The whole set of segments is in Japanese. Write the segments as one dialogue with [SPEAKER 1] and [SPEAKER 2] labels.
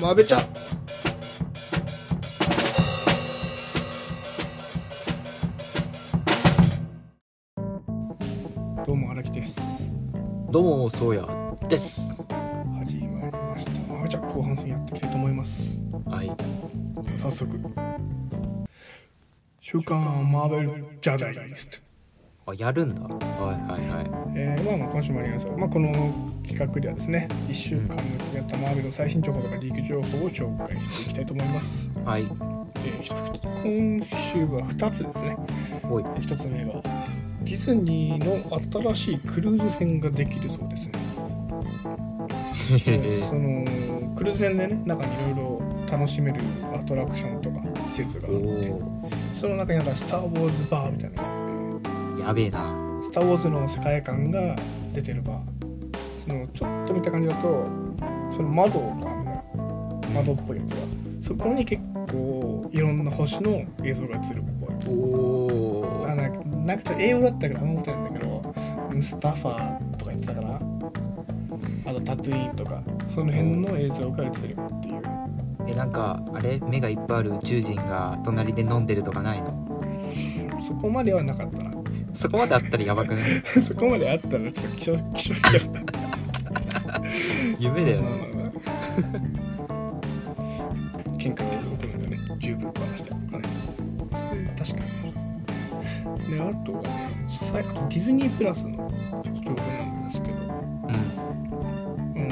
[SPEAKER 1] まべちゃどうも荒木です
[SPEAKER 2] どうもそうやです
[SPEAKER 1] 始まりましたまべちゃ後半戦やっていきたいと思います
[SPEAKER 2] はい
[SPEAKER 1] 早速週刊マーベルジャダイですって
[SPEAKER 2] あやるんだはいはいは
[SPEAKER 1] えーまあまあ今週もありますが、まあ、この企画ではですね1週間のやったマーベルの最新情報とかリーク情報を紹介していきたいと思います、
[SPEAKER 2] いはい
[SPEAKER 1] えー一つ今週は2つですね
[SPEAKER 2] おい
[SPEAKER 1] 1つ目がディズニーの新しいクルーズ船ができるそう ですね
[SPEAKER 2] へへへ
[SPEAKER 1] そのクルーズ船でね中にいろいろ楽しめるアトラクションとか施設があ
[SPEAKER 2] お
[SPEAKER 1] って
[SPEAKER 2] お
[SPEAKER 1] その中になんか「スター・ウォーズ・バー」みたいな
[SPEAKER 2] やべえな
[SPEAKER 1] スター・ウォーズの世界観が出てるバーそのちょっと見た感じだとその窓があるな窓っぽいやつがそこに結構いろんな星の映像が映るっぽい
[SPEAKER 2] おお
[SPEAKER 1] あなんかなんかちょっと英語だったからあんま覚えてないんだけどムスタファーとか言ってたからあとタトゥイーンとかその辺の映像が映るっていう
[SPEAKER 2] えなんかあれ目がいっぱいある宇宙人が隣で飲んでるとかないの
[SPEAKER 1] そこまではなかったな
[SPEAKER 2] そこまであったらやばくない
[SPEAKER 1] そこまであったらちょっと気象気象気象
[SPEAKER 2] 夢だよね
[SPEAKER 1] 喧嘩が起こるんだね十分話してるからねそれ確かにであとはね最後ディズニープラスの情報なんですけど
[SPEAKER 2] う
[SPEAKER 1] う
[SPEAKER 2] ん
[SPEAKER 1] ん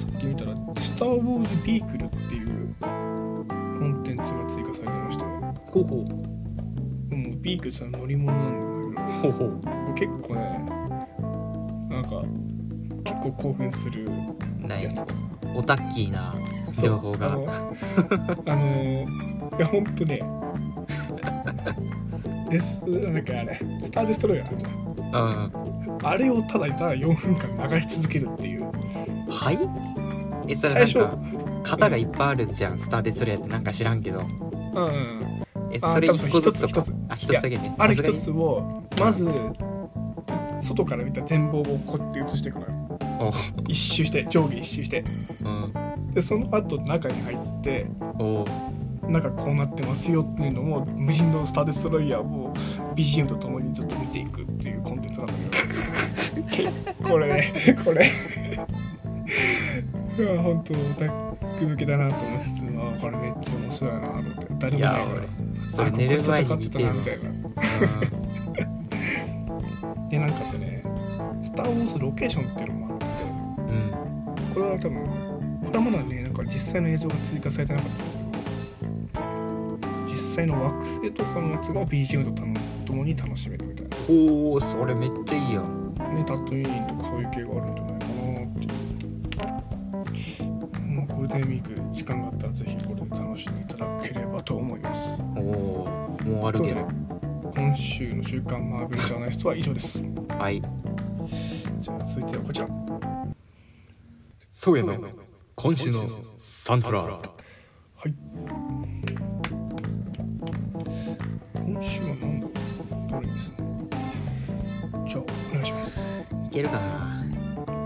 [SPEAKER 1] さっき見たら「スター・ウォーズ・ビークル」っていうコンテンツが追加されてましたよ
[SPEAKER 2] ほうほ
[SPEAKER 1] もうビークルってのは乗り物なんだ
[SPEAKER 2] うほうほう
[SPEAKER 1] けど結構ねなんか結構興奮する
[SPEAKER 2] な
[SPEAKER 1] や
[SPEAKER 2] い
[SPEAKER 1] つ
[SPEAKER 2] オタッキーな
[SPEAKER 1] そう
[SPEAKER 2] 情報
[SPEAKER 1] あ
[SPEAKER 2] が
[SPEAKER 1] のあのいやほんとねですなんかあれスター・デストロイヤーあるじゃん
[SPEAKER 2] う
[SPEAKER 1] あれをただただ4分間流し続けるっていうん
[SPEAKER 2] はいえそれなん
[SPEAKER 1] 最
[SPEAKER 2] か型がいっぱいあるじゃんスターデスレアってなんか知らんけど
[SPEAKER 1] うん
[SPEAKER 2] え
[SPEAKER 1] あ
[SPEAKER 2] それ
[SPEAKER 1] 多分それ
[SPEAKER 2] 一個ずつと
[SPEAKER 1] 一
[SPEAKER 2] か
[SPEAKER 1] つ一つ
[SPEAKER 2] あ一つだけね
[SPEAKER 1] ある
[SPEAKER 2] さすが
[SPEAKER 1] 一
[SPEAKER 2] に
[SPEAKER 1] つをまず外から見た全貌をこうやって映していくのよ一周して上下一周して
[SPEAKER 2] おうん
[SPEAKER 1] でその後中に入って
[SPEAKER 2] お
[SPEAKER 1] 中こうなってますよっていうのも無人のスター・デストロイヤーを BGM とともにずっと見ていくっていうコンテンツなんだけど これねこれいや本当オタク向けだなと思いつつあこれめっちゃ面白いなと思って誰も
[SPEAKER 2] い
[SPEAKER 1] い
[SPEAKER 2] や
[SPEAKER 1] ないから
[SPEAKER 2] 俺それ寝る前に見てる
[SPEAKER 1] あ
[SPEAKER 2] わ
[SPEAKER 1] ここで戦ってたなみたいなでなんかってね「スター・ウォーズロケーション」っていうのもあって
[SPEAKER 2] うんうん
[SPEAKER 1] これは多分これはまだねなんか実際の映像が追加されてなかったんだけど実際の惑星とかのやつが BGM とともに楽しめるみたいな
[SPEAKER 2] ほうそれめっちゃいいやん
[SPEAKER 1] ねタトゥイーンとかそういう系があるんじゃないかなっていうもうゴールデンウィーク時間があったらぜひこれで楽しんでいただければと思います
[SPEAKER 2] おおもうある
[SPEAKER 1] と
[SPEAKER 2] け
[SPEAKER 1] い
[SPEAKER 2] ど
[SPEAKER 1] うことで今週の「週刊マーベルジャーナリスト」は以上です
[SPEAKER 2] はい
[SPEAKER 1] じゃあ続いてはこちら
[SPEAKER 2] そうやな今週のサントラ
[SPEAKER 1] はい。今週は何だどれですかじゃあ、お願いします。
[SPEAKER 2] いけるかな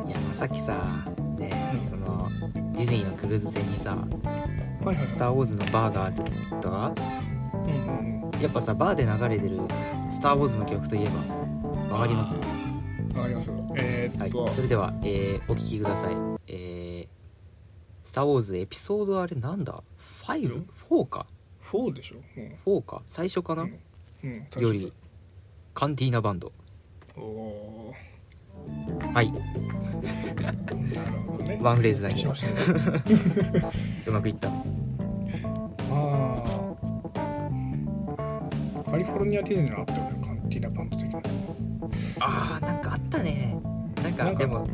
[SPEAKER 2] いやまあさっきさね
[SPEAKER 1] うん
[SPEAKER 2] そのディズニーのクルーズ船にさ
[SPEAKER 1] はいはい
[SPEAKER 2] 「スター・ウォーズ」のバーがあるとか
[SPEAKER 1] はい。うんうんうん。
[SPEAKER 2] やっぱさバーで流れてる「スター・ウォーズ」の曲といえばわかります
[SPEAKER 1] わかりますよ。えー、
[SPEAKER 2] は
[SPEAKER 1] っ
[SPEAKER 2] い
[SPEAKER 1] と、
[SPEAKER 2] それでは、えーお聴きくださいえースター・ウォーズ」エピソードあれなんだ
[SPEAKER 1] うん
[SPEAKER 2] 5?4 か
[SPEAKER 1] 4でしょうん。
[SPEAKER 2] 4か最初かな、
[SPEAKER 1] うんうん、
[SPEAKER 2] よりカンティーナバンド
[SPEAKER 1] おお
[SPEAKER 2] はい
[SPEAKER 1] ーなるほどね。
[SPEAKER 2] ワンフレーズだけ
[SPEAKER 1] しま
[SPEAKER 2] う
[SPEAKER 1] したね。
[SPEAKER 2] まくいった
[SPEAKER 1] ああ。カリフォルニアディズニーのあったよね。カンティーナバンド的なやつ。
[SPEAKER 2] あーなんかあったねなんか
[SPEAKER 1] なんか
[SPEAKER 2] でも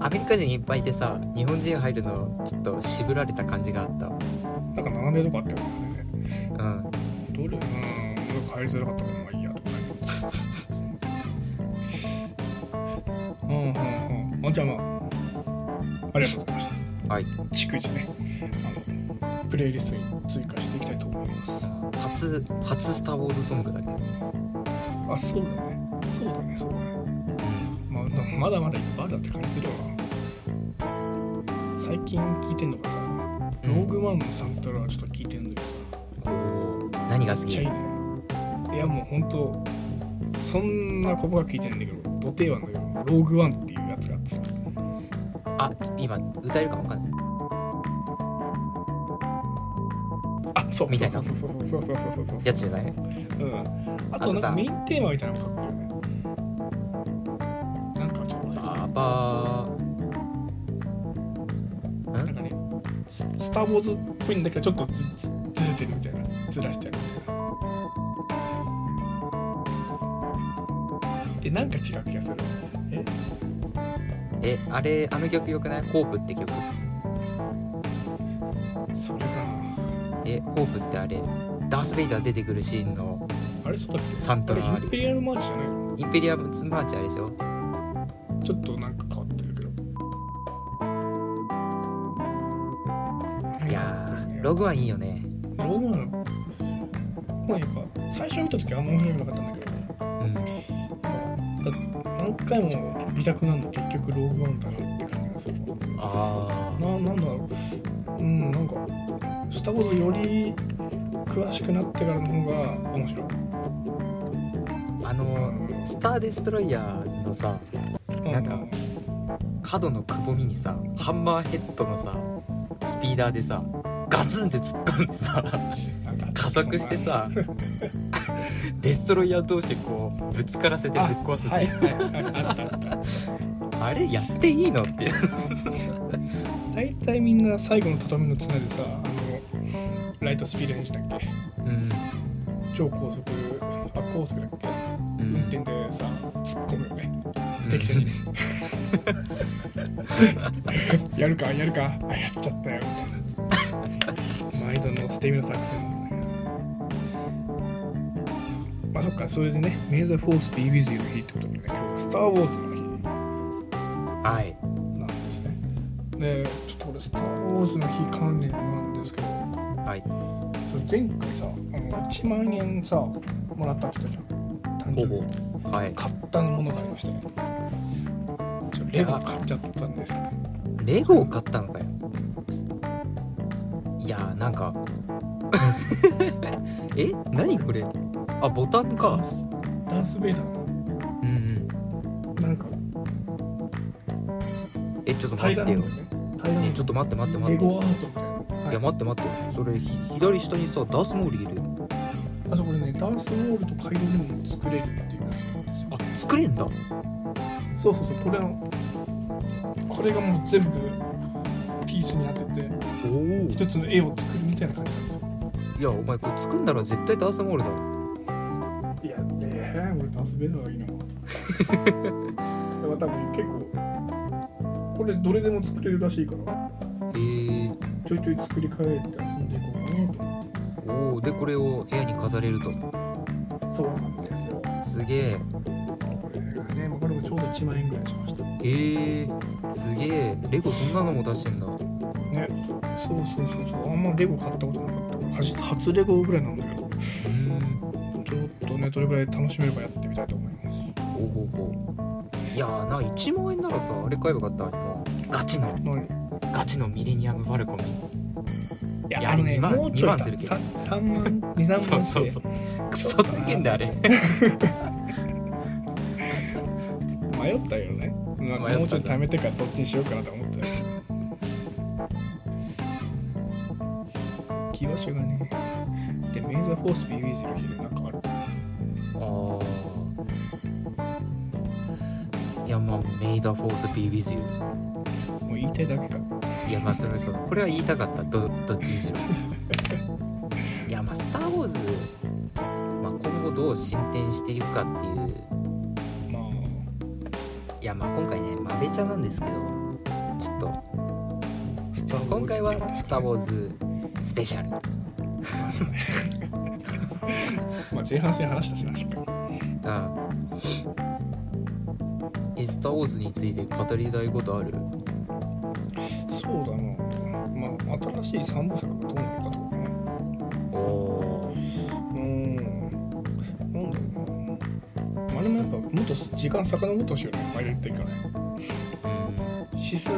[SPEAKER 2] アメリカ人いっぱいいてさ日本人入るのちょっと渋られた感じがあった
[SPEAKER 1] なんか並んでるとこあったよね。
[SPEAKER 2] うん
[SPEAKER 1] どれうん、帰りづらかったから、まあいいやとか。うんうんうん。あじゃあまあ、ありがとうございました。
[SPEAKER 2] はい
[SPEAKER 1] 逐次ね、あの、プレイリストに追加していきたいと思います。
[SPEAKER 2] 初初スター・ウォーズソングだね
[SPEAKER 1] あ、そうだね。そうだね、そうだね。
[SPEAKER 2] うん
[SPEAKER 1] まあ、なまだまだいっぱいあるなって感じするよな。最近聞いてんのがさ、
[SPEAKER 2] うん
[SPEAKER 1] ローグワンのサントラはちょっと聞いてるんだけどさ
[SPEAKER 2] おー何が好
[SPEAKER 1] めっ
[SPEAKER 2] き
[SPEAKER 1] ちゃいいねいやもうほんとそんな細かく聞いてないんだけどド定番だけどローグワンっていうやつがあってさ
[SPEAKER 2] あ今歌えるかもわかんない
[SPEAKER 1] あそう
[SPEAKER 2] みたいな
[SPEAKER 1] そうそうそうそうそうそうそうそう
[SPEAKER 2] やつじゃない
[SPEAKER 1] うんあ
[SPEAKER 2] あ
[SPEAKER 1] と
[SPEAKER 2] と
[SPEAKER 1] なん
[SPEAKER 2] さ
[SPEAKER 1] かメインテーマみたいなのもかっこいいよねなんかちょっとなん
[SPEAKER 2] バーバー
[SPEAKER 1] かねススター・ウォーズっぽいんだけどちょっとずずずれてるみたいなずらしてあるみたいなえなんか違う気がするえ
[SPEAKER 2] えあれあの曲よくないホープって曲
[SPEAKER 1] それか
[SPEAKER 2] えホープってあれダース・ベイダー出てくるシーンの
[SPEAKER 1] あれそうだっけ
[SPEAKER 2] サントラ
[SPEAKER 1] あれイ
[SPEAKER 2] ある
[SPEAKER 1] ンペリアル・マーチじゃないの
[SPEAKER 2] インペリアムズ・マーチあれでしょ
[SPEAKER 1] ちょっとなんか変わってるけど
[SPEAKER 2] いやーログワンいいよね
[SPEAKER 1] ログマンまあやっぱ最初見た時あんま面白くなかったんだけどね
[SPEAKER 2] うん
[SPEAKER 1] まあ何回も見たくなるの結局ローグワンだなって感じがするな
[SPEAKER 2] あ
[SPEAKER 1] なんだろううんなんか「スター・ウォーズ」より詳しくなってからの方が面白い
[SPEAKER 2] ああのスター・デストロイヤーのさなんか角のくぼみにさハンマーヘッドのさスピーダーでさガツンって突っ込んでさ
[SPEAKER 1] なんか
[SPEAKER 2] 加速してさデストロイヤー同士こうぶつからせてぶっ
[SPEAKER 1] あ
[SPEAKER 2] 壊すっ て、
[SPEAKER 1] はいはいはいあったあった
[SPEAKER 2] あれやっていいのっていう
[SPEAKER 1] 大体みんな最後の畳の綱でさあのライトスピード変身だっけ
[SPEAKER 2] うん、
[SPEAKER 1] 超高速あ高速だっけ
[SPEAKER 2] う
[SPEAKER 1] 運
[SPEAKER 2] ん
[SPEAKER 1] 転でさ突っ込むよね適 正にねやるかやるかあやっちゃったよみたいな毎度の捨て身の作戦なんだけどまあそっかそれでね「May the Force be with you」の日ってことでね今日は「スター・ウォーズ」の日
[SPEAKER 2] はい
[SPEAKER 1] なんですねでちょっとこれ「スター・ウォーズ」の日関連なんですけど
[SPEAKER 2] はい
[SPEAKER 1] それ前回さあの1万円さもらったって言ったじゃん誕
[SPEAKER 2] ほ
[SPEAKER 1] 生
[SPEAKER 2] ぼ
[SPEAKER 1] 日
[SPEAKER 2] はい
[SPEAKER 1] 買ったものがありましたねちょレゴ買っちゃったんですけど
[SPEAKER 2] レゴを買ったのかよいやーな んかえ何これあボタンか
[SPEAKER 1] ダース・ベイダー
[SPEAKER 2] うんうん
[SPEAKER 1] なんか
[SPEAKER 2] えちょっと待
[SPEAKER 1] 平ら
[SPEAKER 2] って
[SPEAKER 1] なん
[SPEAKER 2] よ
[SPEAKER 1] だよね平らなんだ
[SPEAKER 2] ね
[SPEAKER 1] よ
[SPEAKER 2] ちょっと待って待って待
[SPEAKER 1] レ
[SPEAKER 2] って、、
[SPEAKER 1] ゴアートみたいな、はい
[SPEAKER 2] や待って待ってそれひ左下にさダースモールいるよ
[SPEAKER 1] あそこでねダース・モールとカイロレンも作れるっていうやつなんですよ
[SPEAKER 2] あ作れんだ
[SPEAKER 1] そうそうそうこれのこれがもう全部ピースに当てて
[SPEAKER 2] おお
[SPEAKER 1] 一つの絵を作るみたいな感じなんですよ
[SPEAKER 2] いやお前これ作んなら絶対ダースモールだろ
[SPEAKER 1] いやねえ俺ダース・ベイダーがいいなだから多分結構これどれでも作れるらしいから
[SPEAKER 2] えー、
[SPEAKER 1] ちょいちょい作り変えて遊んでいこうかなと思って
[SPEAKER 2] おおでこれを部屋に飾れると
[SPEAKER 1] そうなんですよ
[SPEAKER 2] すげえ
[SPEAKER 1] これがね、まあ、これもちょうど1万円ぐらいしました
[SPEAKER 2] えー、すげえレゴそんなのも出してんだ
[SPEAKER 1] ねそうそうそうそうあんまレゴ買ったことなかったから初初レゴぐらいなんだけど
[SPEAKER 2] うん
[SPEAKER 1] ちょっとねどれぐらい楽しめればやってみたいと思います
[SPEAKER 2] おほほいやーな1万円ならさあれ買えばよかったもうガチの
[SPEAKER 1] 何い
[SPEAKER 2] ガチのミレニアム・ファルコン
[SPEAKER 1] や
[SPEAKER 2] いや
[SPEAKER 1] あのね
[SPEAKER 2] 二万
[SPEAKER 1] もうちょい
[SPEAKER 2] 二万するけど
[SPEAKER 1] した3万23万
[SPEAKER 2] そう
[SPEAKER 1] して
[SPEAKER 2] そうそうクソ高えんだあれ
[SPEAKER 1] 迷ったよね、まあ
[SPEAKER 2] 迷ったんだ
[SPEAKER 1] もうちょい貯めてからそっちにしようかなと思ったよ気はしがねでメイザーフォースビービーズの日でなんかある
[SPEAKER 2] ああいやまあメイドフォース b ー with you
[SPEAKER 1] もう言いたいだけか
[SPEAKER 2] いやまあそれそうこれは言いたかったどどっちにしろいやまあ「スター・ウォーズ」まあ、今後どう進展していくかっていう
[SPEAKER 1] まあ
[SPEAKER 2] いやまあ今回ねまべちゃなんですけどちょっと
[SPEAKER 1] スター・ウォーズ
[SPEAKER 2] 今回は
[SPEAKER 1] って言うんで
[SPEAKER 2] 「
[SPEAKER 1] す
[SPEAKER 2] ス
[SPEAKER 1] け
[SPEAKER 2] タ
[SPEAKER 1] ど
[SPEAKER 2] ー・ウォーズ」スペシャル
[SPEAKER 1] まあ前半戦話したしなしっかり
[SPEAKER 2] うんえ「スター・ウォーズ」について語りたいことある
[SPEAKER 1] そうだなまあ新しい三部作がどうなのかとかね
[SPEAKER 2] おお
[SPEAKER 1] うーんなんだろうなまあでもやっぱもっと時間遡ってほしいよね前言ってるからね
[SPEAKER 2] うん
[SPEAKER 1] シス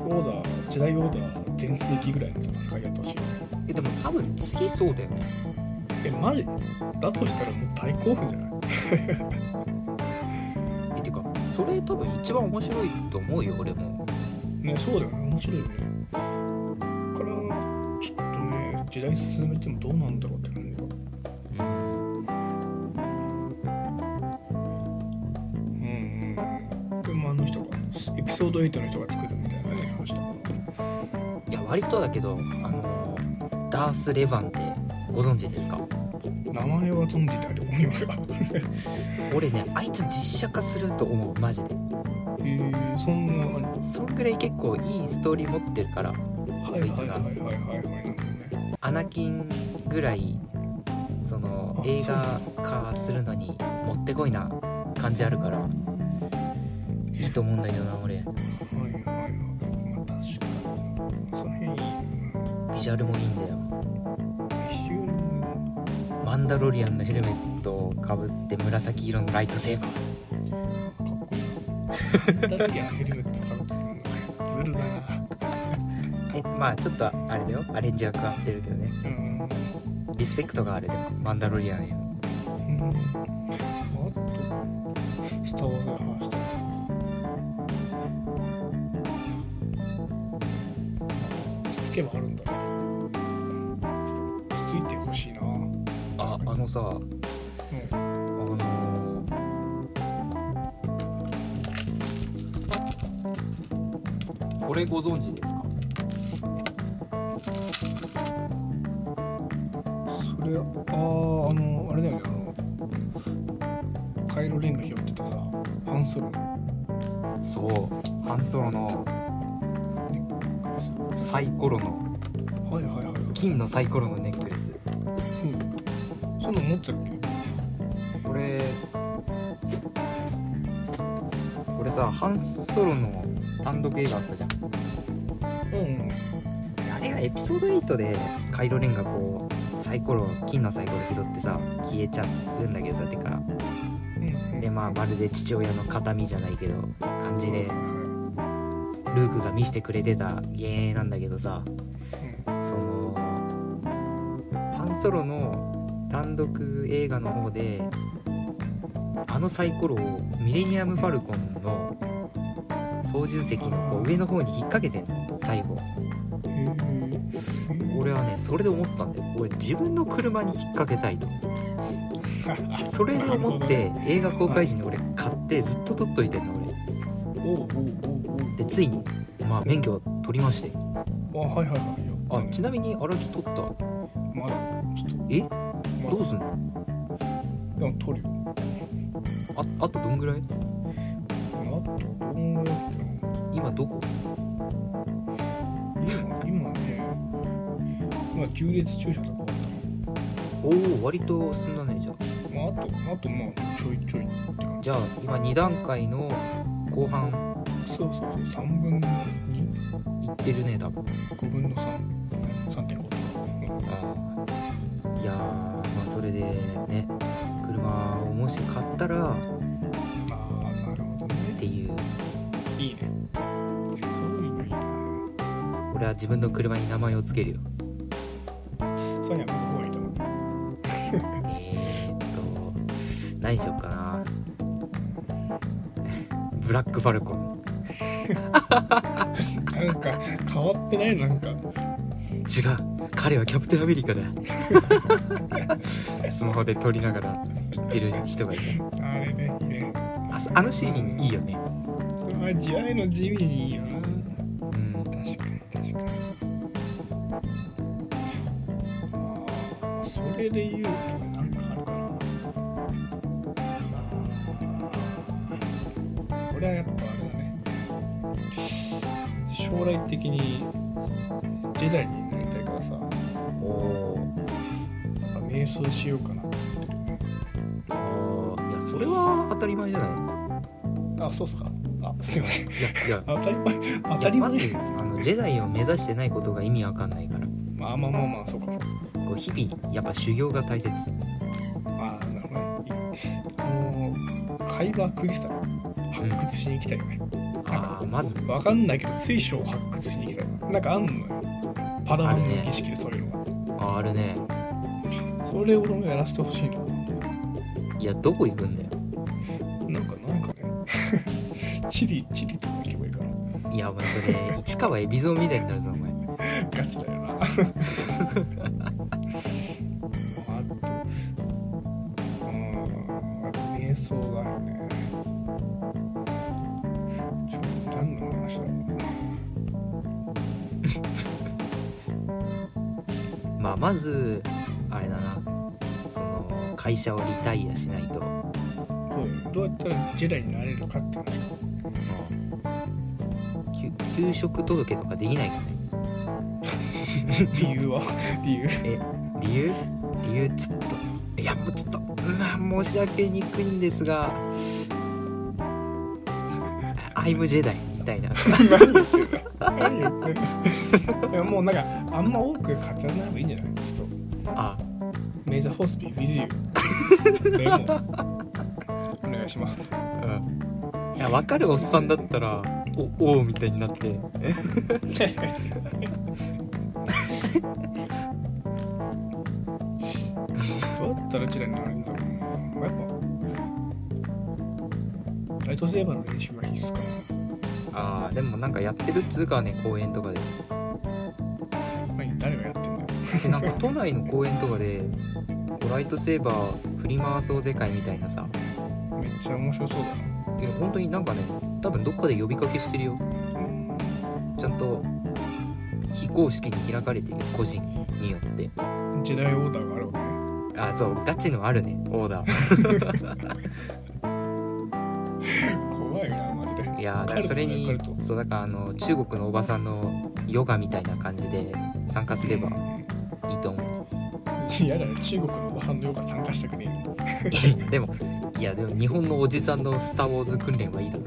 [SPEAKER 1] オーダージェダイオーダー全盛期ぐらいの戦いやってほしいよね
[SPEAKER 2] えでも多分次そうだよね
[SPEAKER 1] えマジだとしたらもう大興奮じゃない
[SPEAKER 2] えてかそれ多分一番面白いと思うよ俺も
[SPEAKER 1] ねそうだよね面白いよねこっからちょっとね時代進めてもどうなんだろうって感じが
[SPEAKER 2] うん
[SPEAKER 1] うんうんうんでもあの人がエピソード8の人が作るみたいなね話だから
[SPEAKER 2] いや割とだけどあのダース・レヴァンってご存知ですか
[SPEAKER 1] 名前は存じてあり思いますがへ
[SPEAKER 2] 俺ねあいつ実写化すると思うマジで
[SPEAKER 1] えー、そんな何
[SPEAKER 2] そんくらい結構いいストーリー持ってるから
[SPEAKER 1] はいはいはいはいはいはいなんだよね
[SPEAKER 2] アナキンぐらいその
[SPEAKER 1] あ
[SPEAKER 2] 映画化するのにもってこいな感じあるからいいと思うんだけどな俺
[SPEAKER 1] はいはいはいまあ確かにその辺いいよ
[SPEAKER 2] ビジュアルもいいんだよ
[SPEAKER 1] な一瞬
[SPEAKER 2] マンダロリアンのヘルメットをかぶって紫色のライトセーバー
[SPEAKER 1] かっこいいなだってヘルメットかぶってるのずるだな
[SPEAKER 2] えまあちょっとあれだよアレンジは変わってるけどね
[SPEAKER 1] うんうん
[SPEAKER 2] リスペクトがあるでもマンダロリアンへの
[SPEAKER 1] あとスター・ウォーズの話だつつけばあるんだねつついてほしいなうん
[SPEAKER 2] ああのさあのー、これご存知ですか
[SPEAKER 1] それああーあのあれだよねあのカイロ・レンが拾ってたさハンソロの
[SPEAKER 2] そうハンソロの
[SPEAKER 1] ネックレス
[SPEAKER 2] サイコロの
[SPEAKER 1] はいはいはいはい
[SPEAKER 2] 金のサイコロのネックレス
[SPEAKER 1] うんそんなの持ってたっけ
[SPEAKER 2] これこれさハンソロの単独映画あったじゃん
[SPEAKER 1] うんうん
[SPEAKER 2] あれがエピソード8でカイロレンがこうサイコロ金のサイコロ拾ってさ消えちゃうんだけどさてから
[SPEAKER 1] うん
[SPEAKER 2] でまあまるで父親の形見じゃないけど感じで
[SPEAKER 1] うん
[SPEAKER 2] ルークが見せてくれてた芸なんだけどさそのハンソロの単独映画の方であのサイコロをミレニアム・ファルコンの操縦席のこう上の方に引っ掛けてんの最後
[SPEAKER 1] へえ
[SPEAKER 2] 俺はねそれで思ったんだよ俺自分の車に引っ掛けたいとそれで思って映画公開時に俺買ってずっと撮っといてんの俺
[SPEAKER 1] おうおうおうおう
[SPEAKER 2] でついにまあ免許を取りまして
[SPEAKER 1] あはいはいはいよ
[SPEAKER 2] あちなみに荒木取った
[SPEAKER 1] まだちょっと
[SPEAKER 2] え
[SPEAKER 1] ま
[SPEAKER 2] ど
[SPEAKER 1] だ
[SPEAKER 2] うすんの
[SPEAKER 1] いや取るよ
[SPEAKER 2] ああとどんぐら
[SPEAKER 1] あ
[SPEAKER 2] い
[SPEAKER 1] とどんぐらいだっけ
[SPEAKER 2] 今どこ
[SPEAKER 1] な今今ね今重列駐車とかあっ
[SPEAKER 2] おお割と進んだねじゃあ
[SPEAKER 1] たの、まあ、あとあとまあちょいちょいって感じ
[SPEAKER 2] じゃあ今2段階の後半
[SPEAKER 1] そうそうそう3分の
[SPEAKER 2] いってるね多分
[SPEAKER 1] 25分の33.5とか
[SPEAKER 2] あーいやーまあそれでね車をもし買ったら
[SPEAKER 1] う
[SPEAKER 2] っ
[SPEAKER 1] んああなるほどね
[SPEAKER 2] ていう
[SPEAKER 1] いいねそういうのいいな
[SPEAKER 2] 俺は自分の車に名前をつけるよ
[SPEAKER 1] そういうのやめた方がいいと思う
[SPEAKER 2] えー、っと何しよっかなブラックファルコン
[SPEAKER 1] なんか変わってないなんか
[SPEAKER 2] 違う彼はキャプテンアメリカだスマホで撮りながら言ってる人がいて
[SPEAKER 1] あれねいいね
[SPEAKER 2] あそあのシーンいいよね
[SPEAKER 1] まあ地雷の地味にいいよな
[SPEAKER 2] うん
[SPEAKER 1] 確かに確かにああそれで言うと何かあるかなあー俺はやっぱあれだね将来的にジェダイになりたいからさや
[SPEAKER 2] おー
[SPEAKER 1] っぱ瞑想しようかなって思ってるね
[SPEAKER 2] あーいやそれは当たり前じゃない
[SPEAKER 1] あそうっすかあすいません
[SPEAKER 2] いやいや
[SPEAKER 1] 当たり前当
[SPEAKER 2] い
[SPEAKER 1] た
[SPEAKER 2] や
[SPEAKER 1] り
[SPEAKER 2] ま
[SPEAKER 1] 前
[SPEAKER 2] ずあのジェダイを目指してないことが意味わかんないから
[SPEAKER 1] まあまあまあまあそうかそうか
[SPEAKER 2] こう日々やっぱ修行が大切
[SPEAKER 1] ああなるほどねいあのーカイバークリスタル発掘しに行きたいよね、なん
[SPEAKER 2] あ
[SPEAKER 1] か
[SPEAKER 2] ーまず
[SPEAKER 1] わかんないけど水晶を発掘しに行きたいなんかあんのよパラオの儀式でそういうのが、
[SPEAKER 2] ああるね
[SPEAKER 1] それを俺もやらせてほしいない
[SPEAKER 2] やどこ行くんだよ
[SPEAKER 1] なんかなんかね チリチリとか行けばいいか
[SPEAKER 2] いやお前 それ市川海老蔵みたいになるぞお前
[SPEAKER 1] らガチだよなあとうんあと瞑想だよねちょ何の話だろうな
[SPEAKER 2] まあまずあれだなその会社をリタイアしないと
[SPEAKER 1] そうどうやったらジェダイになれるかって話
[SPEAKER 2] きゅ休職届とかできないかね
[SPEAKER 1] 理由は理由
[SPEAKER 2] え理由理由ちょっといやもうちょっとうん申し訳にくいんですが「アイムジェダイ」みたいな
[SPEAKER 1] 何言ってんのいやもうなんかあんま多く語らない方がいいんじゃないちょっ
[SPEAKER 2] あ
[SPEAKER 1] とメイザーホースビービジュでも お願いします
[SPEAKER 2] うんいや分かるおっさんだったら「おおう」みたいになって
[SPEAKER 1] どうやったらジェダイになれるんだろうなやっぱライトセーバーの練習が必須か
[SPEAKER 2] あーでもなんかやってるっつうからね公園とかで
[SPEAKER 1] な何誰がやってんだよ
[SPEAKER 2] でなんか都内の公園とかでこうライトセーバー振り回そうぜ会みたいなさ
[SPEAKER 1] めっちゃ面白そうだない
[SPEAKER 2] や本当になんかね多分どっかで呼びかけしてるよ
[SPEAKER 1] うん
[SPEAKER 2] ちゃんと非公式に開かれている個人によって
[SPEAKER 1] ジェダイオーダーがあるわけね
[SPEAKER 2] あそうガチのあるねオーダ ー
[SPEAKER 1] 怖いなマジで
[SPEAKER 2] いやーだからそれ
[SPEAKER 1] カルトだよ
[SPEAKER 2] に
[SPEAKER 1] カル
[SPEAKER 2] そうだからあの中国のおばさんのヨガみたいな感じで参加すればいいと 思
[SPEAKER 1] 嫌だよ中国のおばはんのヨガ参加したくね
[SPEAKER 2] うでもいやでも日本のおじさんの「スター・ウォーズ」訓練はいいだろ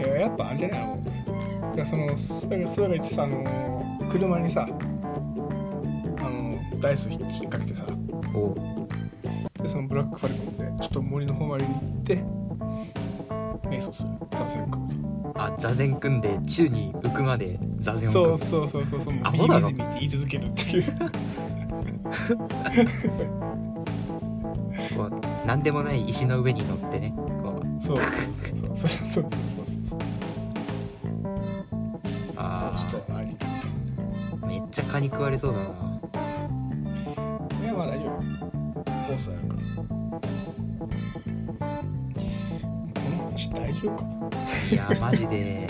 [SPEAKER 1] えいややっぱあれじゃないのいやそのそれそれが言ってさあのー車にさあのーダイス引っ掛けてさ
[SPEAKER 2] おう
[SPEAKER 1] でそのブラックファルコンでちょっと森の方まで行って瞑想する座禅組む
[SPEAKER 2] あ座禅組んで宙に浮くまで座禅を
[SPEAKER 1] そ
[SPEAKER 2] 組
[SPEAKER 1] う
[SPEAKER 2] む
[SPEAKER 1] そうそうそうそう
[SPEAKER 2] ア
[SPEAKER 1] も
[SPEAKER 2] ホ
[SPEAKER 1] う
[SPEAKER 2] だ
[SPEAKER 1] ビ
[SPEAKER 2] ろ
[SPEAKER 1] リビリって言い続けるっていう
[SPEAKER 2] こう何でもない石の上に乗ってねこう
[SPEAKER 1] そうそうそうそうそうそうそうそう
[SPEAKER 2] あ
[SPEAKER 1] そうそう何
[SPEAKER 2] あめっちゃ蚊に食われそうだない
[SPEAKER 1] やまあ大丈夫放送やるからこの話大丈夫か
[SPEAKER 2] い やーマジで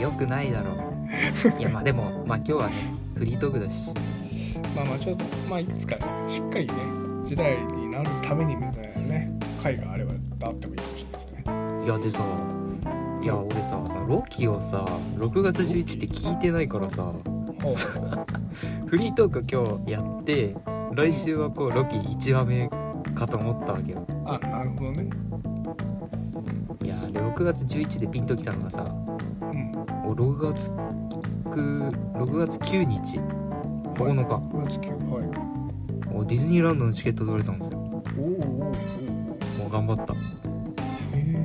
[SPEAKER 2] よくないだろういやまあでもまあ今日はねフリートークだし
[SPEAKER 1] まあまあちょっとまあいつかしっかりね時代になるためにみたいなね回があればあってもいいかもしれないです ね
[SPEAKER 2] いやでさいや俺さそのロキをさ6月11って聞いてないからさ
[SPEAKER 1] ほうほう
[SPEAKER 2] フリートーク今日やって来週はこうロキ1話目かと思ったわけよ
[SPEAKER 1] あなるほどね
[SPEAKER 2] いやーで6月11でピンときたのがさ
[SPEAKER 1] うん
[SPEAKER 2] お6月6月9日9日
[SPEAKER 1] 6月9はい
[SPEAKER 2] おディズニーランドのチケット取れたんですよも
[SPEAKER 1] おおおーおー
[SPEAKER 2] う頑張った
[SPEAKER 1] おーへ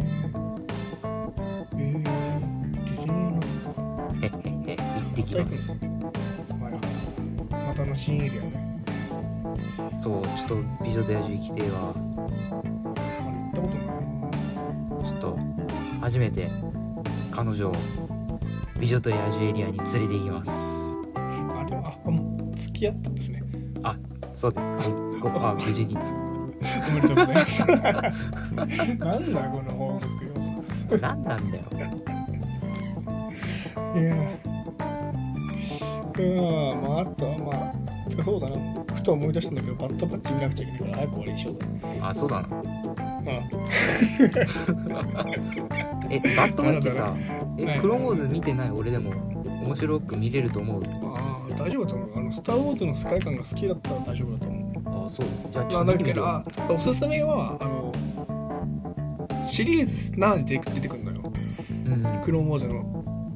[SPEAKER 1] えへえディズニーラン
[SPEAKER 2] へっへっへ行ってきます
[SPEAKER 1] ドはいはいまたあの新エリアね
[SPEAKER 2] そうちょっと美女と野獣行きてえ
[SPEAKER 1] あ
[SPEAKER 2] わ
[SPEAKER 1] れ行ったことない
[SPEAKER 2] ちょっと初めて彼女を美女と野獣エリアに連れて行きます
[SPEAKER 1] なあれはあもう付き合ったんですね
[SPEAKER 2] そうですごあ無事に
[SPEAKER 1] おめでとうございますなんだこの報告よ
[SPEAKER 2] 何なんだよ
[SPEAKER 1] いやーまああとはまあてかそうだなふと思い出したんだけどバットパッチ見なくちゃいけないから早く終わりにしようぜ
[SPEAKER 2] あそうだな
[SPEAKER 1] うん
[SPEAKER 2] えバットマッ チさ
[SPEAKER 1] は
[SPEAKER 2] え
[SPEAKER 1] い
[SPEAKER 2] クロンウォーズ見てない俺でも面白く見れると思う
[SPEAKER 1] ああ大丈夫だと思うあの「スター・ウォーズ」の世界観が好きだったら大丈夫だと思
[SPEAKER 2] あそうじゃあち
[SPEAKER 1] う
[SPEAKER 2] ょ
[SPEAKER 1] あ
[SPEAKER 2] っと
[SPEAKER 1] だけ
[SPEAKER 2] 見てみる
[SPEAKER 1] どあおすすめはあのシリーズ7に出て出てくるのよ
[SPEAKER 2] うん
[SPEAKER 1] 「クローンウォーズ」の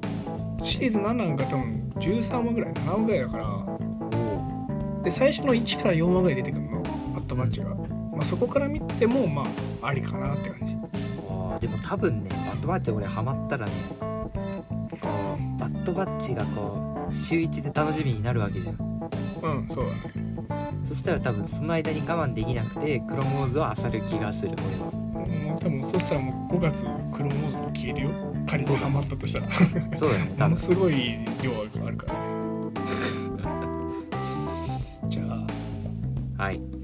[SPEAKER 1] シリーズ7が多分13話ぐらい7話ぐらいだから
[SPEAKER 2] お
[SPEAKER 1] で最初の1から4話ぐらい出てくるのバットマッチが、まあ、そこから見てもまあありかなって感じ
[SPEAKER 2] あーでも多分ねバッドバッチ俺ハマったらねこうバッドバッチがこう週1で楽しみになるわけじゃん
[SPEAKER 1] うんそうだね
[SPEAKER 2] そしたら多分その間に我慢できなくてクロモーズを漁る気がする俺は
[SPEAKER 1] もう多分そしたらもう5月クロモーズも消えるよ仮にハマったとしたら
[SPEAKER 2] そうだよね
[SPEAKER 1] も
[SPEAKER 2] 多
[SPEAKER 1] の
[SPEAKER 2] 分
[SPEAKER 1] すごい量 があるからねじゃあ
[SPEAKER 2] はい